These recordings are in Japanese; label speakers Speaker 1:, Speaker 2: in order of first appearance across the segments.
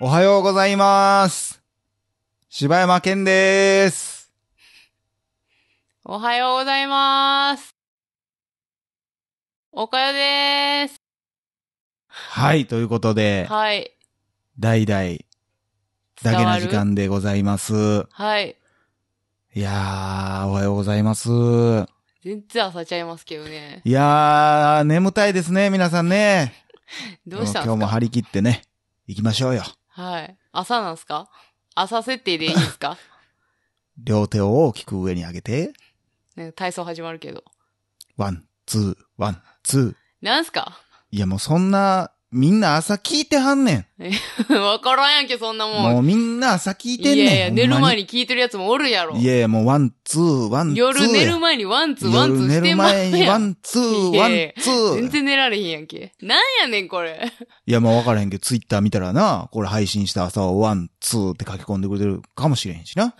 Speaker 1: おはようございます。柴山健です。
Speaker 2: おはようございます。おかよでーす。
Speaker 1: はい、ということで、
Speaker 2: はい。
Speaker 1: 代々、だけな時間でございます。
Speaker 2: はい。
Speaker 1: いやー、おはようございます。
Speaker 2: 全然朝ちゃいますけ どね。
Speaker 1: いやー、眠たいですね、皆さんね。
Speaker 2: どうした
Speaker 1: 今
Speaker 2: んす
Speaker 1: 日も
Speaker 2: か
Speaker 1: 張り切ってね、行きましょうよ。
Speaker 2: はい。朝なんすか朝設定でいいんです か
Speaker 1: 両手を大きく上に上げて、
Speaker 2: なんか体操始まるけど。
Speaker 1: ワン、ツー、ワン、ツ
Speaker 2: なんすか
Speaker 1: ー。いや、もうそんな、みんな朝聞いてはんねん。
Speaker 2: わからんやんけ、そんなもん。
Speaker 1: もうみんな朝聞い
Speaker 2: い
Speaker 1: て
Speaker 2: や
Speaker 1: んねん。
Speaker 2: いや、寝る前
Speaker 1: に。
Speaker 2: に聞いてるやつもおるやろ。
Speaker 1: いやいや、もうワン、ツー、ワン、ツーや。
Speaker 2: 夜寝る前にワンツーワンツーして
Speaker 1: 夜寝る
Speaker 2: まう
Speaker 1: 前に
Speaker 2: や
Speaker 1: ワ
Speaker 2: ん。
Speaker 1: ン、ツー、ワン
Speaker 2: いやい、
Speaker 1: ツ
Speaker 2: 全
Speaker 1: ー。
Speaker 2: 然寝られへんやんけ。なんやねん、これ。
Speaker 1: いや、まあ分からへんけど、ツイッター見たらな、これ配信した朝はワン、ツーって書き込んでくれてるかもしれへんし な。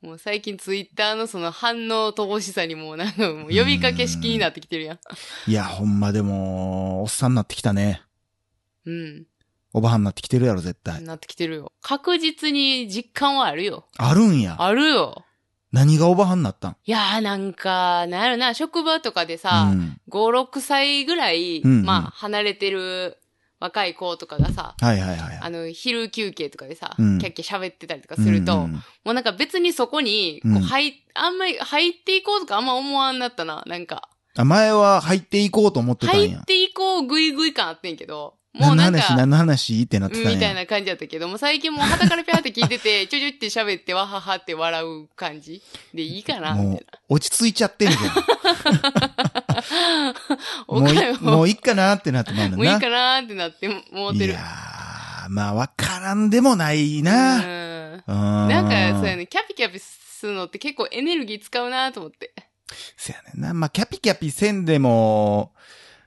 Speaker 2: もう最近ツイッターのその反応乏しさにもうなんかもう呼びかけ式になってきてるやん。
Speaker 1: いや、ほんまでも、おっさんになってきたね。
Speaker 2: うん。
Speaker 1: おばはんになってきてるやろ、絶対。
Speaker 2: なってきてるよ。確実に実感はあるよ。
Speaker 1: あるんや。
Speaker 2: あるよ。
Speaker 1: 何がおばはんになったん
Speaker 2: いやーなんか、なんやろな、職場とかでさ、
Speaker 1: うん。
Speaker 2: 5、6歳ぐらい、
Speaker 1: うんうん
Speaker 2: まあ離れてる若い子とかがさ、
Speaker 1: はいはいはいは
Speaker 2: あ
Speaker 1: い。
Speaker 2: の、昼休憩とかでさ、
Speaker 1: うん
Speaker 2: キャッキャ喋ってたりとかする
Speaker 1: う
Speaker 2: と、
Speaker 1: んうん
Speaker 2: もうなんか別にそこに、こ
Speaker 1: う
Speaker 2: う、
Speaker 1: ん
Speaker 2: 入っ、あんまり入っていこうとかあんま思わんなったな、なんか。
Speaker 1: あ、前は入っていこうと思ってたん
Speaker 2: 入
Speaker 1: や
Speaker 2: っ。ていこう、ぐいぐい感あってんけど、もう
Speaker 1: 何の
Speaker 2: なん
Speaker 1: 話、
Speaker 2: か、
Speaker 1: 何の話ってなってたんや。
Speaker 2: みたいな感じだったけども、最近もう肌からピャーって聞いて て、ちょちょって喋って、わははって笑う感じでいいかな、み
Speaker 1: も
Speaker 2: た
Speaker 1: う
Speaker 2: いな。、
Speaker 1: 落ち着いちゃってんじゃん。
Speaker 2: お
Speaker 1: もう
Speaker 2: かよ
Speaker 1: い、もういいかなってなってまうねん
Speaker 2: もうい。
Speaker 1: ない
Speaker 2: かなーってなって思ってる
Speaker 1: いや。ー、まあ、わからんでもないな。
Speaker 2: うん。
Speaker 1: うん。
Speaker 2: なんか、そうや。ね、キャピキャピするのって結構エネルギー使うなーと思って。
Speaker 1: そうやねんな。まあ、キャピキャピせんでも、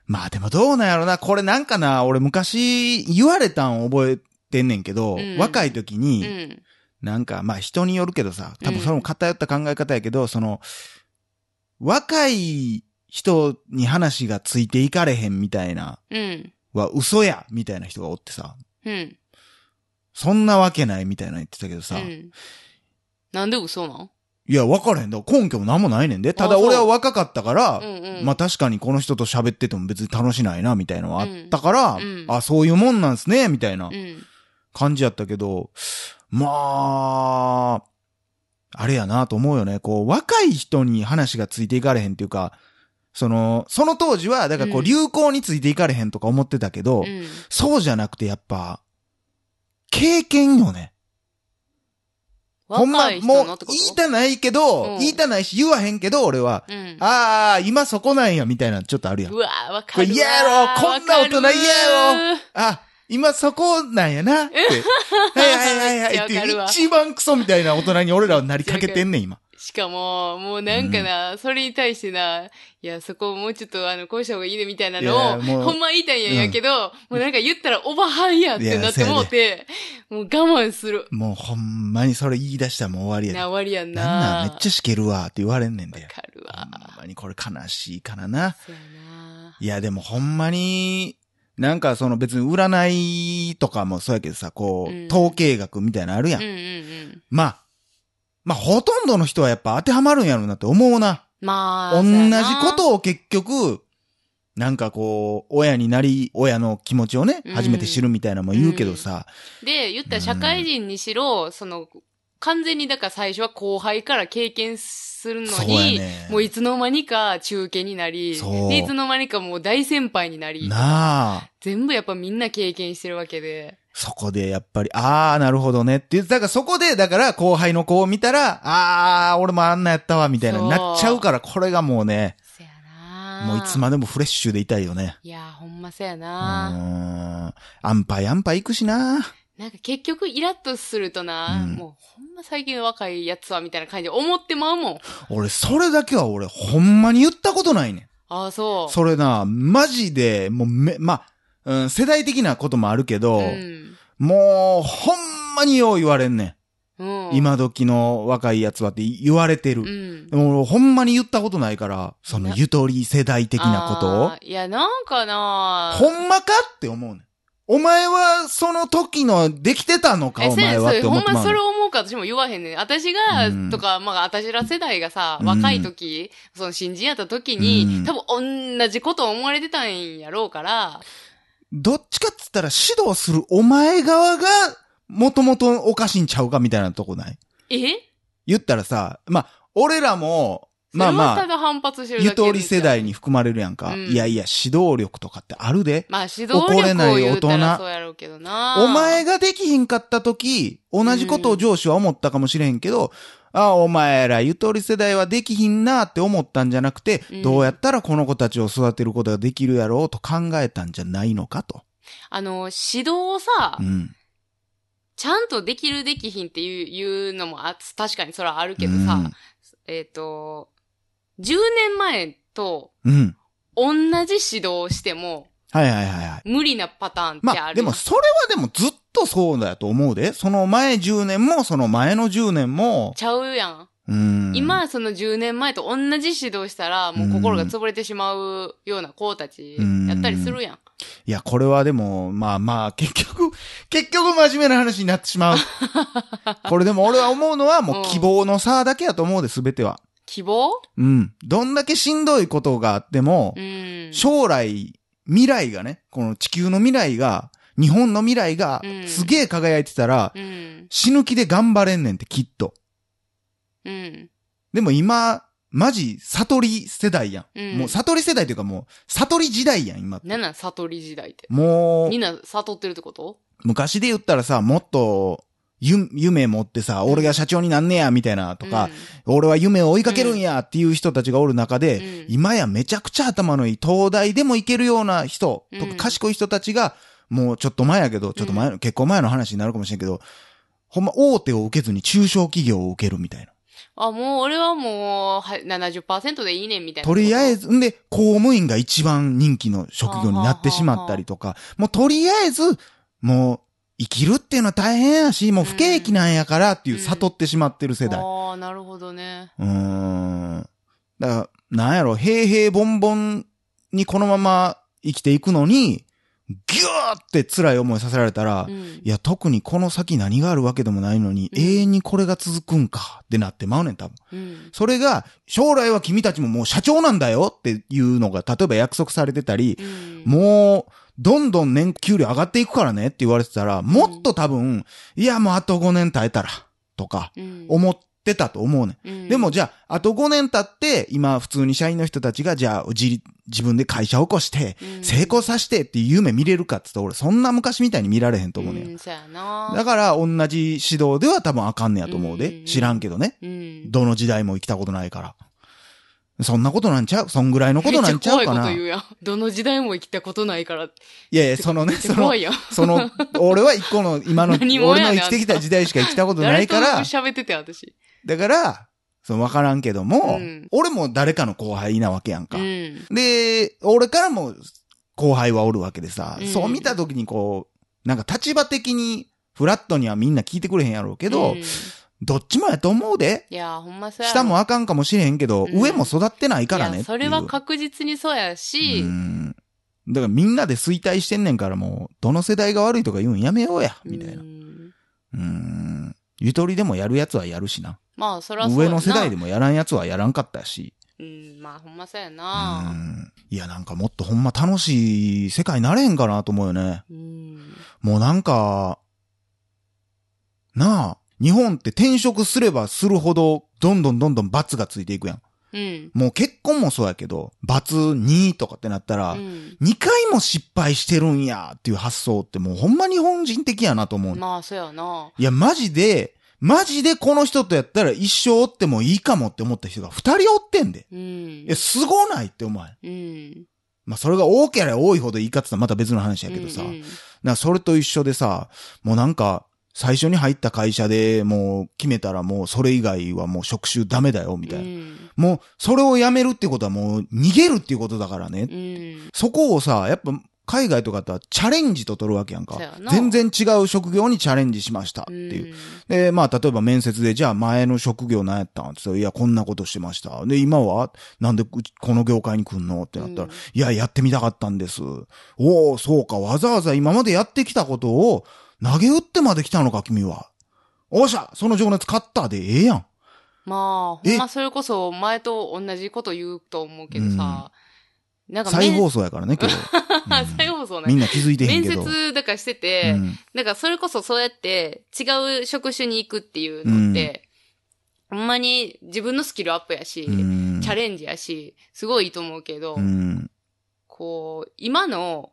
Speaker 1: まあでもどうなんやろな。これなんかな、俺昔言われたん覚えてんねんけど、
Speaker 2: うん
Speaker 1: 若い時
Speaker 2: う
Speaker 1: に、
Speaker 2: ん。
Speaker 1: なんか、まあ人によるけどさ、多分
Speaker 2: うん
Speaker 1: それも偏った考え方やけど、その、若い人に話がついていかれへんみたいな、
Speaker 2: うん。
Speaker 1: は嘘やみたいな人がおってさ、
Speaker 2: うん。
Speaker 1: そんなわけないみたいなの言ってたけど
Speaker 2: う
Speaker 1: さ、
Speaker 2: ん。なんで嘘なん
Speaker 1: いや、分からへんだ。根拠もなんもないねんで。た
Speaker 2: あ
Speaker 1: だ
Speaker 2: そう
Speaker 1: 俺は若かったから、
Speaker 2: うんうん。
Speaker 1: まあ確かにこの人と喋ってても別に楽しないな、みたいなのはあったから、
Speaker 2: うんうん
Speaker 1: あ、そういうもんなんすね、みたいな
Speaker 2: うん。
Speaker 1: 感じやったけど、まあ、あれやなと思うよね。こう、若い人に話がついていかれへんっていうか、その、その当時は、だからこう、
Speaker 2: うん
Speaker 1: 流行についていかれへんとか思ってたけど、
Speaker 2: うん。
Speaker 1: そうじゃなくてやっぱ、経験よね。ほんま
Speaker 2: 若、い
Speaker 1: も
Speaker 2: 人
Speaker 1: う
Speaker 2: のってこ、と
Speaker 1: 言いたないけど、
Speaker 2: うん
Speaker 1: 言いたないし言わへんけど、俺は、
Speaker 2: うん。
Speaker 1: ああ、今そこなんや、みたいな、ちょっとあるやん
Speaker 2: う。わーわかるわ
Speaker 1: これ
Speaker 2: ー。
Speaker 1: 嫌やろこんな大人嫌や
Speaker 2: ろ
Speaker 1: あ、今そこなんやな、って。 はいはいはいはいって
Speaker 2: めっちゃわか
Speaker 1: い
Speaker 2: る
Speaker 1: う、
Speaker 2: わ
Speaker 1: 一番クソみたいな大人に俺らはなりかけてんねん、今。
Speaker 2: しかも、もうなんかな、それに対してな、いや、そこもうちょっとあの、こうした方がいいねみたいない
Speaker 1: や
Speaker 2: のを、
Speaker 1: もう
Speaker 2: ほんま言いたいんや,、
Speaker 1: うん
Speaker 2: やけど、もうなんか言ったらおばはんやっ
Speaker 1: いや
Speaker 2: てなってもうて、もう我慢する。
Speaker 1: もうほんまにそれ言い出したらもう終わりや
Speaker 2: な、
Speaker 1: で。
Speaker 2: 終わりやんな。
Speaker 1: なんなんめっちゃしけるわ、って言われんねん
Speaker 2: わ
Speaker 1: で。
Speaker 2: かる
Speaker 1: ほ
Speaker 2: わ
Speaker 1: ん。まにこれ悲しいからな。
Speaker 2: そうやない
Speaker 1: や、でもほんまに、なんかその別に占いとかもそうやけどさ、こ
Speaker 2: う
Speaker 1: う、
Speaker 2: ん
Speaker 1: 統計学みたいなのあるや。
Speaker 2: うんんうんうん。
Speaker 1: まあ、まあほとんどの人はやっぱ当てはまるんやろうなって思うな。
Speaker 2: まあ、
Speaker 1: 同
Speaker 2: そうや
Speaker 1: じ
Speaker 2: な
Speaker 1: ことを結局、なんかこう、親になり、親の気持ちをね、
Speaker 2: うん
Speaker 1: 初めて知るみたいなのも言うけどさ、
Speaker 2: で、言ったら社会人にしろ、その、完全にだから最初は後輩から経験するの
Speaker 1: そう
Speaker 2: に、
Speaker 1: やね
Speaker 2: もういつの間にか中堅になり、
Speaker 1: そう
Speaker 2: でいつの間にかもう大先輩になり、
Speaker 1: なあ、
Speaker 2: 全部やっぱみんな経験してるわけで。
Speaker 1: そこでやっぱり、ああ、なるほどねって言って、だからそこで、だから後輩の子を見たら、ああ、俺もあんなやったわ、みたいな
Speaker 2: そう
Speaker 1: なっちゃうから、これがもうね、
Speaker 2: せやな
Speaker 1: もういつまでもフレッシュでいたいよね。
Speaker 2: いや、ほんませや
Speaker 1: うー
Speaker 2: な、
Speaker 1: ん。安牌安牌行くしな。
Speaker 2: なんか結局イラッとするとな、
Speaker 1: うん
Speaker 2: もうほんま最近の若いやつはみたいな感じで思ってまうもん。
Speaker 1: 俺、それだけは俺、ほんまに言ったことないねん。
Speaker 2: ああ、そう。
Speaker 1: それな、マジで、もうめ、まあ、うん、世代的なこともあるけど、
Speaker 2: うん。
Speaker 1: もう、ほんまによう言われんね
Speaker 2: うん。。
Speaker 1: 今時の若いやつはって言われて
Speaker 2: う
Speaker 1: る。
Speaker 2: ん。
Speaker 1: でも俺ほんまに言ったことないから、そのゆとり世代的なことを
Speaker 2: あ。ーいや、なんかな
Speaker 1: ほんまかって思うねん。お前はその時のできてたのか、
Speaker 2: え、
Speaker 1: お
Speaker 2: せ
Speaker 1: 前
Speaker 2: や
Speaker 1: はっ
Speaker 2: そう
Speaker 1: て
Speaker 2: ほ
Speaker 1: 思っ
Speaker 2: ん
Speaker 1: てま
Speaker 2: ま
Speaker 1: う
Speaker 2: そ
Speaker 1: ね
Speaker 2: れ
Speaker 1: ん。
Speaker 2: 思うから私も言わへんねん。私が、
Speaker 1: うん
Speaker 2: とか、まあ、私ら世代がさ、
Speaker 1: うん
Speaker 2: 若い時、その新人やった時に、
Speaker 1: うん
Speaker 2: 多分同じこと思われてたんやろうから、
Speaker 1: どっちかっつったら指導するお前側が、もともとおかしいんちゃうかみたいなとこない
Speaker 2: え
Speaker 1: 言ったらさ、まあ、俺らも、まあ
Speaker 2: まあま
Speaker 1: ま
Speaker 2: あ。た
Speaker 1: あ、
Speaker 2: だ反発してるだ
Speaker 1: ゆ
Speaker 2: けで
Speaker 1: とり世代に含まれるやんか。
Speaker 2: うん
Speaker 1: いやいや、指導力とかってあるで。
Speaker 2: まあ、指導力
Speaker 1: 怒れない
Speaker 2: を
Speaker 1: 大人
Speaker 2: 言うたらそうやろうけどな。
Speaker 1: お前ができひんかった時、同じことを上司は思ったかもしれへんけど、ああ、お前らゆとり世代はできひんなって思ったんじゃなくて、
Speaker 2: うん
Speaker 1: どうやったらこの子たちを育てることができるやろうと考えたんじゃないのかと。
Speaker 2: あの、指導をさ、
Speaker 1: うん。
Speaker 2: ちゃんとできるできひんっていういうのもあ、確かにそれはあるけど
Speaker 1: う
Speaker 2: さ、
Speaker 1: ん
Speaker 2: えっ、と、10年前と
Speaker 1: うん。
Speaker 2: 同じ指導をしても
Speaker 1: はいはいはいはい。
Speaker 2: 無理なパターンって
Speaker 1: ま
Speaker 2: あ
Speaker 1: あ、
Speaker 2: る
Speaker 1: で
Speaker 2: やん。
Speaker 1: もそれはでもずっとそうだと思うで。その前10年も、その前の10年も、
Speaker 2: ちゃうやん。
Speaker 1: うん。
Speaker 2: 今、その10年前と同じ指導したら、もう心が潰れてしまうような子たちやったりするやん。
Speaker 1: いや、これはでも、まあまあ、結局、結局真面目な話になってし まう。これでも俺は思うのはもう希望の差だけやと思うで、すべては。
Speaker 2: 希望
Speaker 1: うん。どんだけしんどいことがあっても
Speaker 2: う、ん。
Speaker 1: 将来、未来がね、この地球の未来が、日本の未来が
Speaker 2: う、ん
Speaker 1: すげえ輝いてたら、
Speaker 2: うん。
Speaker 1: 死ぬ気で頑張れんねんってきっと。
Speaker 2: うん。
Speaker 1: でも今、マジ、悟り世代やん。
Speaker 2: うん
Speaker 1: もう悟り世代というかもう、悟り時代やん、今って
Speaker 2: なんなん悟り時代って。
Speaker 1: もう
Speaker 2: みん、な悟ってるってこと
Speaker 1: 昔で言ったらさ、もっと、ゆ、夢持ってさ、俺が社長になんねや、みたいなとか、、俺は夢を追いかけるんや、っていう人たちがおる中
Speaker 2: うん
Speaker 1: で、今やめちゃくちゃ頭のいい、東大でも行けるような人、と
Speaker 2: う
Speaker 1: か
Speaker 2: ん
Speaker 1: 賢い人たちが、もうちょっと前やけど、ちょっと前の、結構前の話になるかもしれんけど、ほんま大手を受けずに中小企業を受けるみたいな。
Speaker 2: あ、もう俺はもうは70%でいいねんみたいな。
Speaker 1: とりあえ。ず、んで、公務員が一番人気の職業になってしまったりとか、もうとりあえず、もう、生きるっていうのは大変やし、もう不景気なんやからっていう
Speaker 2: うん
Speaker 1: 悟ってしまってる世代。
Speaker 2: ああ、なるほどね。
Speaker 1: うーん。だから、なんやろ、平平凡凡にこのまま生きていくのに、ギューって辛い思いさせられたら、
Speaker 2: う
Speaker 1: い
Speaker 2: ん。
Speaker 1: や、特にこの先何があるわけでもないのに、
Speaker 2: うん
Speaker 1: 永遠にこれが続くんかってなってまうねん、多分。
Speaker 2: うん。
Speaker 1: それが、将来は君たちももう社長なんだよっていうのが、例えば約束されてたり
Speaker 2: う、ん
Speaker 1: もう、どんどん年給料上がっていくからねって言われてたら、もっと多分、いや、もうあと5年耐えたら、とか、
Speaker 2: うん。
Speaker 1: 思ってたと思うね
Speaker 2: うん
Speaker 1: ん。でも、じゃあ、あと5年経って、今、普通に社員の人たちが、じゃあ、自立自分で会社起こして、
Speaker 2: うん
Speaker 1: 成功させてっていう夢見れるかって言ったら、俺、そんな昔みたいに見られへんと思うね。
Speaker 2: うんん、そうやな。
Speaker 1: だから、同じ指導では多分あかんねやと思う
Speaker 2: うんうんう
Speaker 1: で。
Speaker 2: ん
Speaker 1: 知らんけどね。
Speaker 2: うん。
Speaker 1: どの時代も生きたことないから。そんなことなんちゃうそんぐらいのことなんちゃうか
Speaker 2: めっちゃ怖いこ
Speaker 1: な
Speaker 2: と言うやん。どの時代も生きたことないからって。
Speaker 1: いやいや、 そのね、
Speaker 2: めっち
Speaker 1: そ
Speaker 2: ゃ怖
Speaker 1: の、
Speaker 2: いやん。
Speaker 1: その、俺は一個の、今の、
Speaker 2: 何も
Speaker 1: 俺
Speaker 2: や
Speaker 1: の
Speaker 2: ねん
Speaker 1: 生きてきた時代しか生きたことな
Speaker 2: 誰
Speaker 1: い
Speaker 2: と
Speaker 1: から、
Speaker 2: 喋ってて、私。
Speaker 1: だから、その、わからんけども、
Speaker 2: うん
Speaker 1: 俺も誰かの後輩なわけやんか。
Speaker 2: うん。
Speaker 1: で、俺からも後輩はおるわけでさ、
Speaker 2: うん
Speaker 1: そう見た時にこう、なんか立場的に、フラットにはみんな聞いてくれへんやろうけど、
Speaker 2: うんい
Speaker 1: どっちもやと思うで。
Speaker 2: や、ほんまそうやろ。
Speaker 1: 下もあかんかもしれへんけど、
Speaker 2: うん
Speaker 1: 上も育ってないから
Speaker 2: い
Speaker 1: ねってい
Speaker 2: や
Speaker 1: う。
Speaker 2: それは確実にそうやし、
Speaker 1: うん。だからみんなで衰退してんねんからもう、どの世代が悪いとか言うんやめようや、みたいな
Speaker 2: う。ん
Speaker 1: うん。ゆとりでもやるやつはやるしな。
Speaker 2: まあ、それはそう
Speaker 1: 上
Speaker 2: やな。
Speaker 1: の世代でもやらんやつはやらんかったし。
Speaker 2: うん、まあ、ほんまそうや
Speaker 1: う
Speaker 2: な。
Speaker 1: ん。いや、なんかもっとほんま楽しい世界になれへんかなと思うよね。
Speaker 2: うん。
Speaker 1: もうなんか、なあ、日本って転職すればするほど、どんどんどんどん罰がついていくやん。
Speaker 2: うん。
Speaker 1: もう結婚もそうやけど、罰2とかってなったら、
Speaker 2: うん
Speaker 1: 二回も失敗してるんやっていう発想ってもうほんま日本人的やなと思うの。
Speaker 2: まあ、そうやな。
Speaker 1: いや、マジで、マジでこの人とやったら一生おってもいいかもって思った人が二人おってんで。
Speaker 2: うん
Speaker 1: いや、。すごないって思わへん。
Speaker 2: うん。
Speaker 1: まあ、それが多ければ多いほどいいかって言ったらまた別の話やけどさ。
Speaker 2: う
Speaker 1: なんんかそれと一緒でさ、もうなんか、最初に入った会社でもう決めたらもうそれ以外はもう職種ダメだよみたいな。もうそれをやめるってことはもう逃げるっていうことだからね
Speaker 2: うん。うん。
Speaker 1: そこをさ、やっぱ海外とかとはチャレンジと取るわけやんか
Speaker 2: そうやな。
Speaker 1: 全然違う職業にチャレンジしましたっていう。で、まあ、例えば面接で、じゃあ前の職業何やったんって言ったら、いや、こんなことしてました。で、今はなんでうちこの業界に来んのってなったら、
Speaker 2: うん
Speaker 1: いや、やってみたかったんです。おおそうか、わざわざ今までやってきたことを投げ打ってまで来たのか、君は。おっしゃその情熱買ったでええやん。
Speaker 2: まあ、
Speaker 1: え
Speaker 2: ほんまそれこそ前と同じこと言うと思うけどさ、なんか
Speaker 1: 再放
Speaker 2: 送。
Speaker 1: 送やからね、 今日。うん
Speaker 2: 再放送
Speaker 1: み
Speaker 2: ね。
Speaker 1: んな気づいてへん
Speaker 2: 面
Speaker 1: けど。
Speaker 2: 接だからしてて、
Speaker 1: うん
Speaker 2: なんかそれこそそうやって違う職種に行くっていうのって、ほんまに自分のスキルアップやし、
Speaker 1: うん
Speaker 2: チャレンジやし、すごいいいと思うけど、
Speaker 1: うん
Speaker 2: こう、今の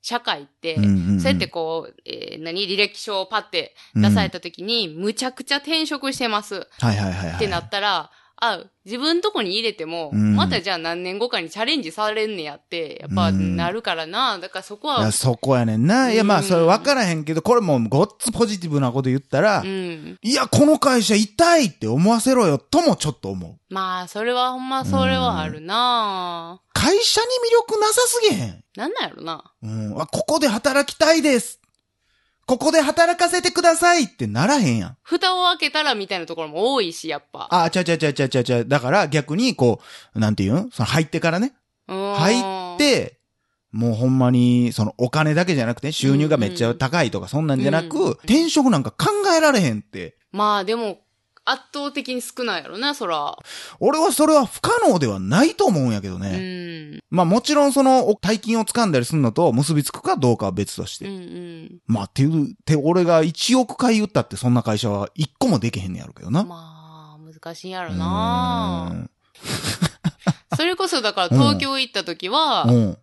Speaker 2: 社会って、
Speaker 1: うんうんうん
Speaker 2: そうやってこう、えー何履歴書をパって出された時に、むちゃくちゃ転職してます
Speaker 1: はいはいはいはい。
Speaker 2: ってなったら、あ、自分のとこに入れても、
Speaker 1: うん
Speaker 2: またじゃあ何年後かにチャレンジされんねやって、やっぱ
Speaker 1: うん
Speaker 2: なるからな。だからそこ
Speaker 1: い
Speaker 2: は
Speaker 1: や、そこやねんな。いや、ま
Speaker 2: う
Speaker 1: あ、
Speaker 2: ん
Speaker 1: それ分からへんけど、これもうごっつポジティブなこと言ったら、
Speaker 2: うん。
Speaker 1: いや、この会社痛いって思わせろよともちょっと思う。
Speaker 2: まあ、それはほんまそれはあるな。
Speaker 1: 会社に魅力なさすぎへん。
Speaker 2: なんなんやろな。
Speaker 1: うん。あ、ここで働きたいです。ここで働かせてくださいってならへんやん。
Speaker 2: 蓋を開けたらみたいなところも多いし、やっぱ。
Speaker 1: あ、ちゃうちゃうちゃうちゃうちゃうちゃう。だから逆に、こう、なんていうんその入ってからね。入
Speaker 2: 入
Speaker 1: っ、て、もうほんまに、そのお金だけじゃなくて、収入がめっちゃ高いとか、そんなんじゃな
Speaker 2: うん
Speaker 1: く、転職なんか考えられへんって。
Speaker 2: まあでも、圧倒的に少ないやろな、そら。
Speaker 1: 俺はそれは不可能ではないと思うんやけど
Speaker 2: う
Speaker 1: ね。
Speaker 2: ん。
Speaker 1: まあもちろんその、お大金を掴んだりするのと結びつくかどうかは別とし
Speaker 2: う
Speaker 1: て。
Speaker 2: んうん。
Speaker 1: まあっていう、て、俺が1億回言ったってそんな会社は1個もできへんねやろうけどな。
Speaker 2: まあ、難しいんや
Speaker 1: う
Speaker 2: ろ
Speaker 1: ーん
Speaker 2: な。それこそだから
Speaker 1: うん
Speaker 2: 東京行った時は、
Speaker 1: うん。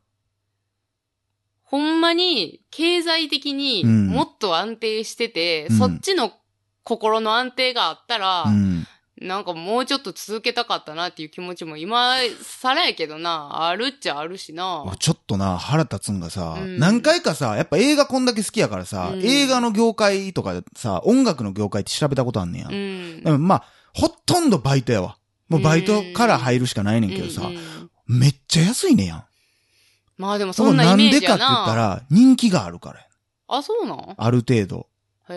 Speaker 2: ほんまに経済的に
Speaker 1: うん
Speaker 2: もっと安定してて、
Speaker 1: うん
Speaker 2: そっちの心の安定があったら、
Speaker 1: うん。
Speaker 2: なんかもうちょっと続けたかったなっていう気持ちも今更やけどな、あるっちゃあるしな。
Speaker 1: 俺ちょっとな、腹立つんがさ、
Speaker 2: うん
Speaker 1: 何回かさ、やっぱ映画こんだけ好きやからさ、
Speaker 2: うん
Speaker 1: 映画の業界とかさ、音楽の業界って調べたことあんねや。、
Speaker 2: うんん。
Speaker 1: でもまあ、ほとんどバイトやわ。もうバイトから入るしかないねんけど
Speaker 2: う
Speaker 1: さ
Speaker 2: んう、ん
Speaker 1: めっちゃ安いねやん。
Speaker 2: まあでもそんなイメージや
Speaker 1: な
Speaker 2: な。
Speaker 1: んでかって言ったら、人気があるからや。
Speaker 2: あ、そうなん
Speaker 1: ある程度。
Speaker 2: へ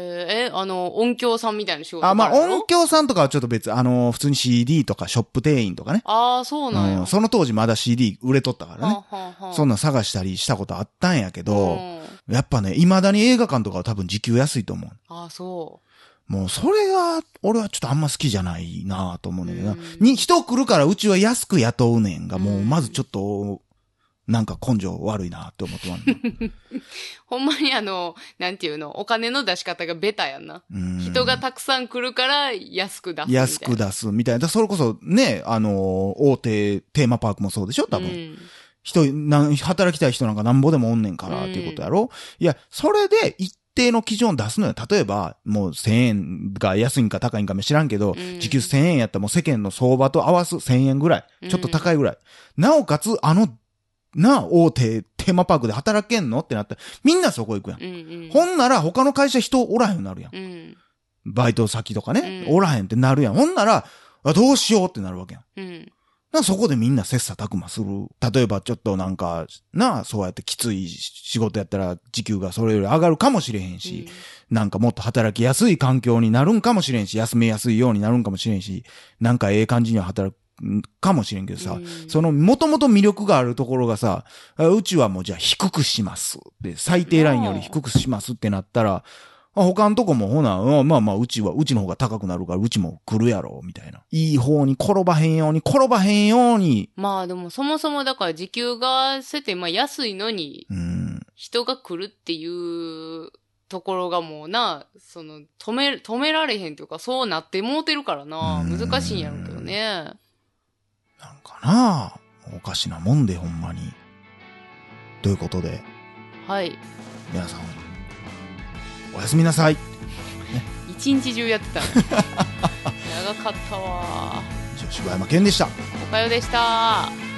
Speaker 2: え、えあの、音響さんみたいな仕事
Speaker 1: あ、まあ
Speaker 2: からやろ
Speaker 1: 音響さんとかはちょっと別、あの、普通に CD とかショップ店員とかね。
Speaker 2: ああ、そうなんや。
Speaker 1: うん、その当時まだ CD 売れとったからね。
Speaker 2: はあはあはあ
Speaker 1: そんなん探したりしたことあったんやけ
Speaker 2: う
Speaker 1: ど、
Speaker 2: ん
Speaker 1: やっぱね、未だに映画館とかは多分時給安いと思う。
Speaker 2: ああ、そ
Speaker 1: もうそれが、俺はちょっとあんま好きじゃないなと思うんだけどな
Speaker 2: うん。
Speaker 1: に、人来るからうちは安く雇うねんが、もう
Speaker 2: うん
Speaker 1: まずちょっと、なんか根性悪いなって思ってまんねん
Speaker 2: う。ほんまにあの、なんていうの、お金の出し方がベタやんな。
Speaker 1: うん
Speaker 2: 人がたくさん来るから安く出すみたいな。
Speaker 1: 安く出すみたいな。だそれこそね、あのー大手テーマパークもそうでしょ多分。
Speaker 2: うん
Speaker 1: 人、なん、働きたい人なんかなんぼでもおんねんから、っていうことやろ、いや、それで一定の基準を出すのよ。例えば、もう1000円が安いんか高いんかも知らんけど、
Speaker 2: うん
Speaker 1: 時給1000円やったらもう世間の相場と合わす1000円ぐらい。ちょっと高いぐらい。なおかつ、あの、な、大手テーマパークで働けんのってなったら、みんなそこ行くやん。
Speaker 2: うんうん。
Speaker 1: ほんなら他の会社人おらへんようになるやん。
Speaker 2: うん。
Speaker 1: バイト先とかね、
Speaker 2: うん
Speaker 1: おらへんってなるやん。ほんなら、あどうしようってなるわけやん。
Speaker 2: うん。
Speaker 1: な、そこでみんな切磋琢磨する。例えばちょっとなんか、な、そうやってきつい仕事やったら時給がそれより上がるかもしれへんし、なんかもっと働きやすい環境になるんかもしれんし、休めやすいようになるんかもしれんし、なんかええ感じには働くんかもしれんけどさ、
Speaker 2: うん
Speaker 1: その元々魅力があるところがさ、あうちはもうじゃあ低くしますって、最低ラインより低くしますってなったら、あ他のとこもほな、うんまあまあうちは、うちの方が高くなるからうちも来るやろ、みたいな。いい方に転ばへんように、転ばへんように、
Speaker 2: まあでもそもそもだから時給がせて、まあ安いのに
Speaker 1: うん、
Speaker 2: 人が来るっていうところがもうな、その、止め、止められへんというか、そうなってもうてるからな、
Speaker 1: うん
Speaker 2: 難しいんやろうけどね。
Speaker 1: なんかなおかしなもんでほんまに。ということで、
Speaker 2: はい。
Speaker 1: 皆さん、おやすみなさい。
Speaker 2: 一日中やってたの。長かったわ。
Speaker 1: 以上柴山健でした。
Speaker 2: おかよでした。